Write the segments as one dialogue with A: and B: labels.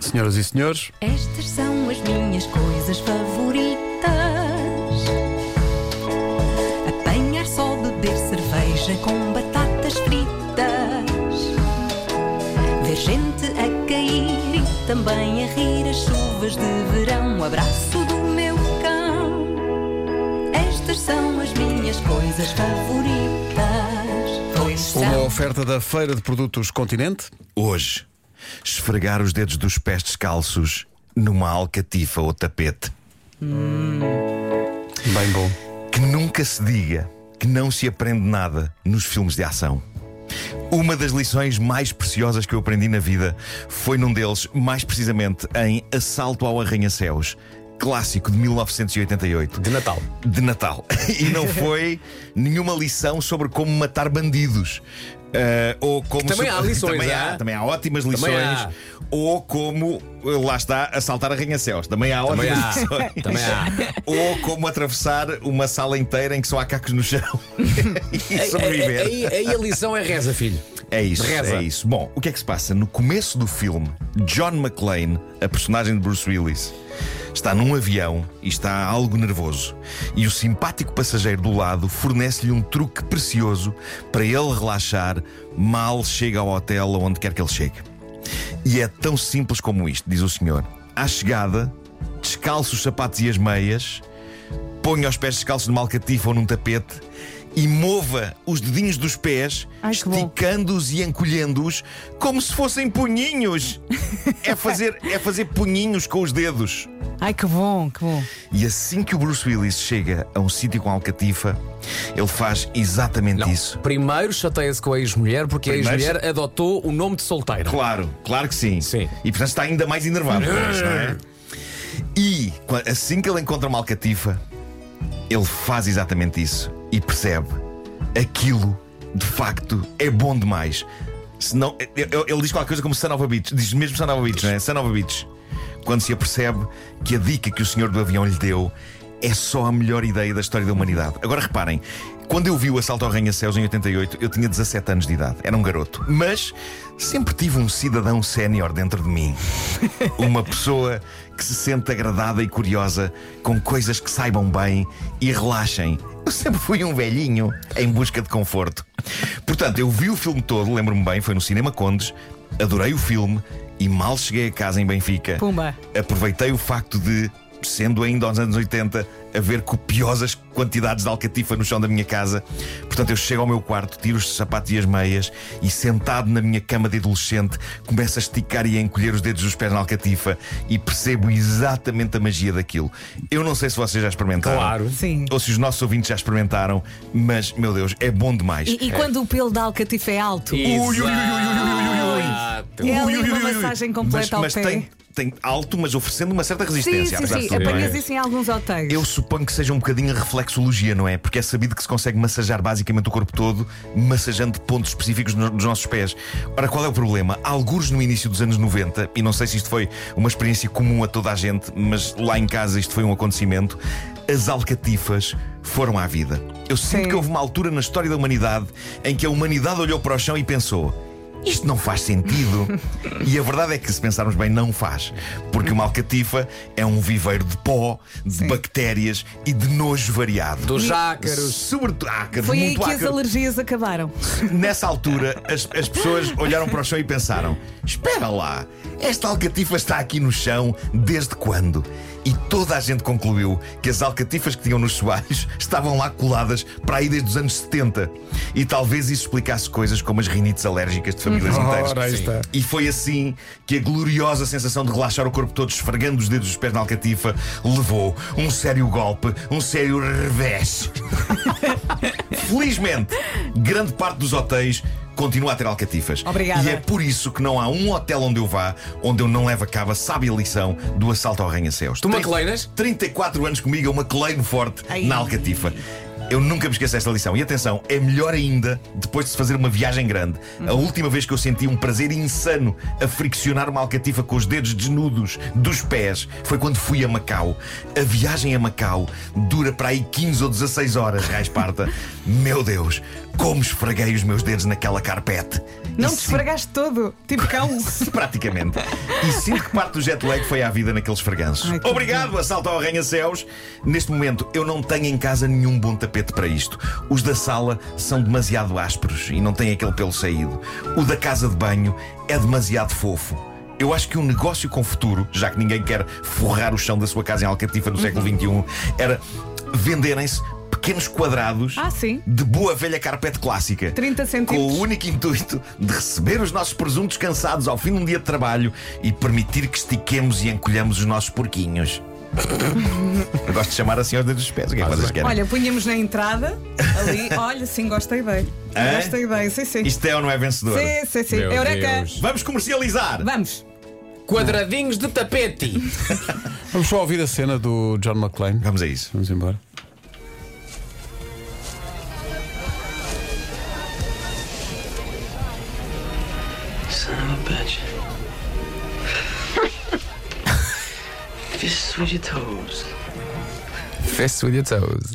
A: senhoras e senhores.
B: Estas são as minhas coisas favoritas: apanhar só, beber cerveja com batatas fritas, ver gente a cair e também a rir as chuvas de verão. O abraço do meu cão. Estas são as minhas coisas favoritas. Pois
A: Uma
B: são.
A: oferta da Feira de Produtos Continente.
C: Hoje, esfregar os dedos dos pés descalços numa alcatifa ou tapete.
A: Bem bom.
C: Que nunca se diga que não se aprende nada nos filmes de ação. Uma das lições mais preciosas que eu aprendi na vida foi num deles, mais precisamente em Assalto ao Arranha-Céus, clássico de 1988.
D: De Natal.
C: de Natal. E não foi nenhuma lição sobre como matar bandidos. Ah, ou como
D: também há lições,
C: também
D: há?
C: há, também há ótimas lições.
D: há.
C: Ou como, eh, lá está, assaltar arranha-céus. Também há
D: Também
C: ótimas
D: há.
C: lições.
D: Também há.
C: Ou como atravessar uma sala inteira em que só há cacos no chão e sobreviver.
D: Aí, aí a lição é reza, filho.
C: É isso,
D: Reza.
C: é isso. Bom, o que é que se passa? No começo do filme, John McClane, a personagem de Bruce Willis, está num avião e está algo nervoso. E o simpático passageiro do lado fornece-lhe um truque precioso para ele relaxar mal chega ao hotel ou onde quer que ele chegue. E é tão simples como isto, diz o senhor. À chegada, descalça os sapatos e as meias, ponha os pés descalços numa alcatifa ou num tapete e mova os dedinhos dos pés,
E: Ai, que bom.
C: esticando-os e encolhendo-os como se fossem punhinhos. é, fazer, é fazer punhinhos com os dedos.
E: Ai, que bom, que bom.
C: E assim que o Bruce Willis chega a um sítio com alcatifa, ele faz exatamente
D: Não.
C: isso.
D: Primeiro chateia-se com a ex-mulher porque a
C: Primeiro
D: ex-mulher adotou o nome de solteiro.
C: Claro, claro que sim.
D: Sim.
C: E portanto está ainda mais enervado com isto, não é? E qua- assim que ele encontra uma alcatifa, ele faz exatamente isso e percebe aquilo de facto é bom demais. Senão, e- e- ele diz qualquer coisa como Son of a Bitch, diz mesmo Son of a Bitch, não é? Son of a Bitch. Quando se apercebe que a dica que o senhor do avião lhe deu é só a melhor ideia da história da humanidade. Agora reparem, quando eu vi o assalto ao Arranha-Céus em 88, eu tinha 17 anos de idade, era um garoto. Mas sempre tive um cidadão sénior dentro de mim. Uma pessoa que se sente agradada e curiosa com coisas que saibam bem e relaxem. Eu sempre fui um velhinho em busca de conforto. Portanto, eu vi o filme todo, lembro-me bem, foi no Cinema Condes, adorei o filme e mal cheguei a casa em Benfica.
E: Pumba.
C: Aproveitei o facto de, sendo ainda aos anos 80, haver copiosas quantidades de alcatifa no chão da minha casa. Portanto, eu chego ao meu quarto, tiro os sapatos e as meias e, sentado na minha cama de adolescente, começo a esticar e a encolher os dedos dos pés na alcatifa e percebo exatamente a magia daquilo. Eu não sei se vocês já experimentaram.
D: Claro.
E: Sim.
C: Ou se os nossos ouvintes já experimentaram, mas, meu Deus, é bom demais.
E: E, e quando o pelo da Alcatifa é alto?
C: ui, ui, ui, ui, ui, ui, ui.
D: Exato.
E: É ali
C: Ui, ui,
E: uma
C: ui, ui.
E: massagem completa
C: mas,
E: ao
C: mas
E: pé.
C: Tem, tem alto, mas oferecendo uma certa
E: sim,
C: resistência.
E: sim,
C: apesar de
E: sim.
C: tudo, não é?
E: Apanhas isso em alguns hotéis.
C: Eu suponho que seja um bocadinho a reflexologia, não é? Porque é sabido que se consegue massajar basicamente o corpo todo, massageando pontos específicos no- dos nossos pés. Ora, qual é o problema? Alguns no início dos anos 90, e não sei se isto foi uma experiência comum a toda a gente, mas lá em casa isto foi um acontecimento, as alcatifas foram à vida. Eu sinto
E: Sim.
C: que houve uma altura na história da humanidade em que a humanidade olhou para o chão e pensou. Isto não faz sentido. e a verdade é que, se pensarmos bem, não faz. Porque uma alcatifa é um viveiro de pó, de bactérias e de nojo variado.
D: Dos ácaros.
C: Sobretudo ácaros,
E: Foi aí
C: muito
E: que as
C: ácaros.
E: alergias acabaram.
C: Nessa altura, as, as pessoas olharam para o chão e pensaram: Espera lá, esta alcatifa está aqui no chão desde quando? E toda a gente concluiu que as alcatifas que tinham nos soalhos estavam lá coladas para aí desde os anos 70. E talvez isso explicasse coisas como as rinites alérgicas de famílias inteiras.
A: Uhum. Ora, aí está.
C: E foi assim que a gloriosa sensação de relaxar o corpo todo esfregando os dedos dos pés na alcatifa levou um sério golpe, um sério revés. Felizmente, grande parte dos hotéis continua a ter alcatifas.
E: Obrigada.
C: E é por isso que não há um hotel onde eu vá onde eu não levo a cabo a sábia lição do assalto ao arranha-céus.
D: Tu maquleinas?
C: 34 anos comigo, é uma cleino forte
E: Ai.
C: na alcatifa. Eu nunca me esqueço desta lição. E atenção, é melhor ainda depois de se fazer uma viagem grande. A
E: Uhum.
C: última vez que eu senti um prazer insano a friccionar uma alcatifa com os dedos desnudos dos pés foi quando fui a Macau. A viagem a Macau dura para aí 15 ou 16 horas, Raiz Parta. Meu Deus, como esfreguei os meus dedos naquela carpete.
E: Não
C: E
E: te
C: senti-
E: esfregaste todo, tipo cão.
C: Praticamente. E sinto que parte do jet lag foi à vida naqueles fraganços.
E: Ai, que
C: Obrigado, assalto ao arranha-céus. Neste momento, eu não tenho em casa nenhum bom tapete para isto. Os da sala são demasiado ásperos e não têm aquele pelo saído. O da casa de banho é demasiado fofo. Eu acho que um negócio com futuro, já que ninguém quer forrar o chão da sua casa em Alcatifa no
E: Uhum.
C: século XXI, era venderem-se pequenos quadrados
E: Ah, sim.
C: de boa velha carpete clássica.
E: 30
C: Com
E: centímetros.
C: o único intuito de receber os nossos presuntos cansados ao fim de um dia de trabalho e permitir que estiquemos e encolhamos os nossos porquinhos. Eu gosto de chamar assim aos dedos dos pés. O que é que vocês querem?
E: Olha, punhamos na entrada, ali, olha, sim, gostei bem.
C: Hã?
E: Gostei bem, sim, sim.
C: Isto é ou não é vencedor?
E: Sim, sim, sim.
D: Meu
E: Eureka!
D: Deus.
C: Vamos comercializar!
E: Vamos!
D: Quadradinhos de tapete.
A: Vamos só ouvir a cena do John McClane.
C: Vamos a isso.
A: Vamos embora.
F: Son of a bitch. Fists with your toes.
D: Fast with your toes.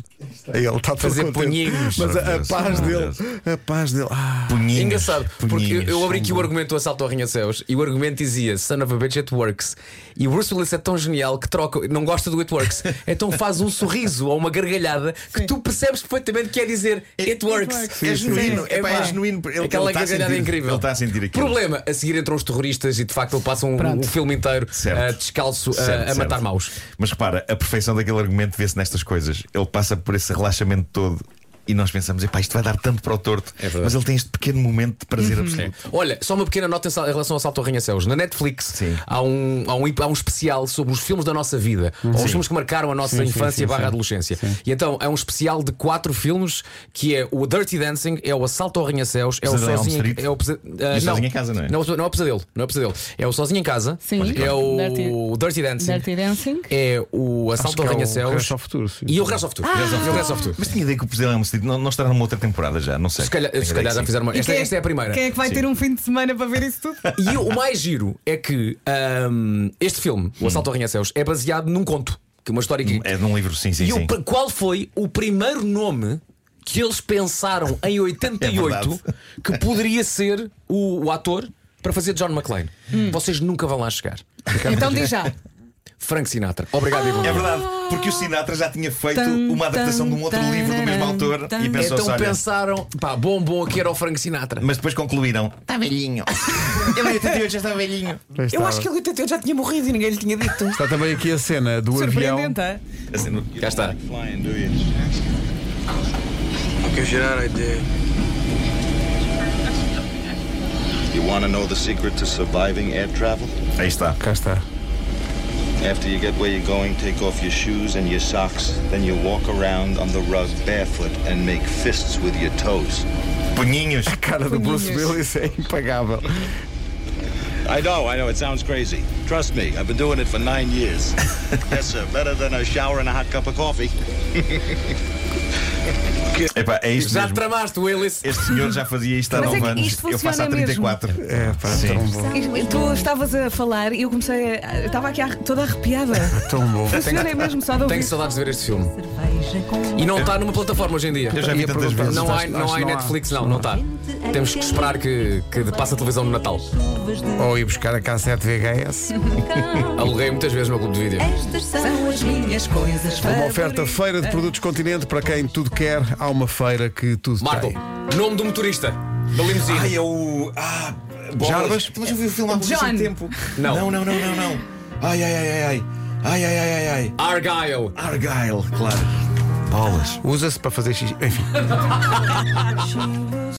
A: Ele está todo
D: Fazer
A: contente.
D: punhinhos.
A: Mas a, a
C: Meu
A: paz
C: Deus,
A: dele, a paz dele. Ah,
C: Punhinhos.
D: Engraçado, porque eu-
C: punhinhos.
D: eu abri aqui o argumento do assalto ao arranha-céus e o argumento dizia Son of a bitch, it works. E o Bruce Willis é tão genial que troca, não gosta do it works, então faz um sorriso ou uma gargalhada que tu percebes perfeitamente que é dizer it works.
C: É genuíno,
D: Sim,
C: é, pá,
D: pá.
C: é genuíno. Ele,
D: Aquela
C: ele está a
D: gargalhada
C: sentir,
D: incrível.
C: Ele está a sentir aquilo.
D: Problema, a seguir entram os terroristas e de facto ele passa um, um filme inteiro
C: Certo.
D: ah, descalço ah,
C: Certo,
D: a
C: certo.
D: matar maus.
C: Mas repara, a perfeição daquele argumento vê-se nestas coisas. Ele passa por esse relaxamento todo e nós pensamos, epá, isto vai dar tanto para o torto.
D: É verdade.
C: mas ele tem este pequeno momento de prazer
E: Uhum.
C: absoluto.
D: Olha, só uma pequena nota em sal- em relação ao Salto ao Arranha-Céus. Na Netflix
C: Sim.
D: há um, há, um, há um especial sobre os filmes da nossa vida, ou os filmes que marcaram a nossa
A: Sim, sim,
D: infância
A: sim,
D: barra
A: sim.
D: adolescência. E então é um especial de quatro filmes que é o Dirty Dancing, é o Assalto ao Arranha-Céus, é o
C: Pesadelo em Elm
D: Sozinho
C: Street.
D: é o pesa- ah,
C: E Sozinho em Casa, não é?
D: Não, não é o pesadelo, não é o pesadelo. É o Sozinho em Casa,
E: Sim.
D: é o
E: Dirty-
D: Dirty Dancing,
E: Dirty Dancing.
D: é o
A: acho
D: Assalto
A: que
D: ao
A: é o
D: Arranha-Céus
A: Regresso ao Futuro, sim.
D: e o Regresso ao Futuro.
E: Ah!
D: E o Regresso ao Futuro.
C: Mas tinha ideia que o Pesadelo é um não, não estará numa outra temporada já, não sei.
D: Se calhar,
C: Tenho
D: se
C: ideia
D: calhar
C: que
D: já
C: sim.
D: fizeram uma.
E: E
D: Esta,
E: quem é-
D: esta é a primeira.
E: Quem é que vai ter um fim de semana para ver isso tudo?
D: E o mais giro é que ahm, este filme, O Assalto ao Arranha-Céus, é baseado num conto, que é uma história que.
C: É de um livro, sim, sim,
D: e o
C: sim.
D: pr- qual foi o primeiro nome que eles pensaram em 88
C: É verdade.
D: que poderia ser o, o ator para fazer John McClane? Vocês nunca vão lá chegar.
E: Hum. Então diz já.
D: Frank Sinatra. Obrigado, Ivan.
C: É verdade, porque o Sinatra já tinha feito
E: Tum,
C: uma adaptação de um outro
E: tum,
C: livro do mesmo
E: tum,
C: autor
E: tum.
C: e pensou
D: Então
C: olha,
D: pensaram, pá, bom, bom, aqui era o Frank Sinatra.
C: Mas depois concluíram, está velhinho. Ele em 88 já está velhinho.
A: já estava.
D: ele 88 já tinha morrido e ninguém lhe tinha dito.
A: Está também aqui a cena do avião.
E: Surpreendente, é? hã?
C: Assim, no-
D: Cá está.
G: Gives you that idea.
H: You want to know the secret to surviving air travel?
C: Aí está.
A: Cá está.
H: After you get where you're going, take off your shoes and your socks. Then you walk around on the rug barefoot and make fists with your toes.
C: Punhinhos.
E: É
A: Cara do Bruce
E: Punhinhos.
A: Willis é impagável.
H: I know, I know, it sounds crazy. Trust me, I've been doing it for nine years. yes, sir, better than a shower and a hot cup of coffee.
C: Epá, é isto
D: Já
C: mesmo.
D: tramaste, Willis.
C: Este senhor já fazia isto há
E: Mas é
C: 9
E: que
C: anos.
E: isto
C: Eu faço há
E: funciona mesmo.
C: 34.
A: É, pá,
C: Sim.
A: tão bom.
E: E Tu estavas a falar e eu comecei a. Estava aqui a- toda arrepiada.
A: Tão bom.
E: Funcionei mesmo só de
D: Tenho
E: ouvir.
D: saudades de ver este filme.
B: cerveja com
D: E não está numa plataforma hoje em dia.
C: É. Eu já vi
A: Ia
C: tantas
A: perguntar.
C: vezes.
D: Não há,
A: Acho
D: não
A: que
D: há em
A: não há.
D: Netflix, não, não está. Temos que esperar que, que passe a televisão no Natal.
B: Chuvas de
A: Ou ir buscar a cassete VHS.
B: vulcão.
D: Aluguei muitas vezes no meu clube de
A: É.
D: vídeo.
B: Estas são as minhas coisas
A: Uma oferta feira de produtos continente para quem tudo quer. Há uma feira que tudo
D: Marco,
A: tem.
D: nome do motorista da limusine.
C: Ai, é o. Ah, bolas.
A: Jarbas?
C: Mas eu vi o filme há
E: John.
C: muito tempo.
D: Não.
C: não, não, não, não, não. Ai, ai, ai, ai, ai. Ai, ai, ai, ai, ai.
D: Argyle.
C: Argyle, claro. Bolas.
A: Usa-se para fazer xixi. Enfim.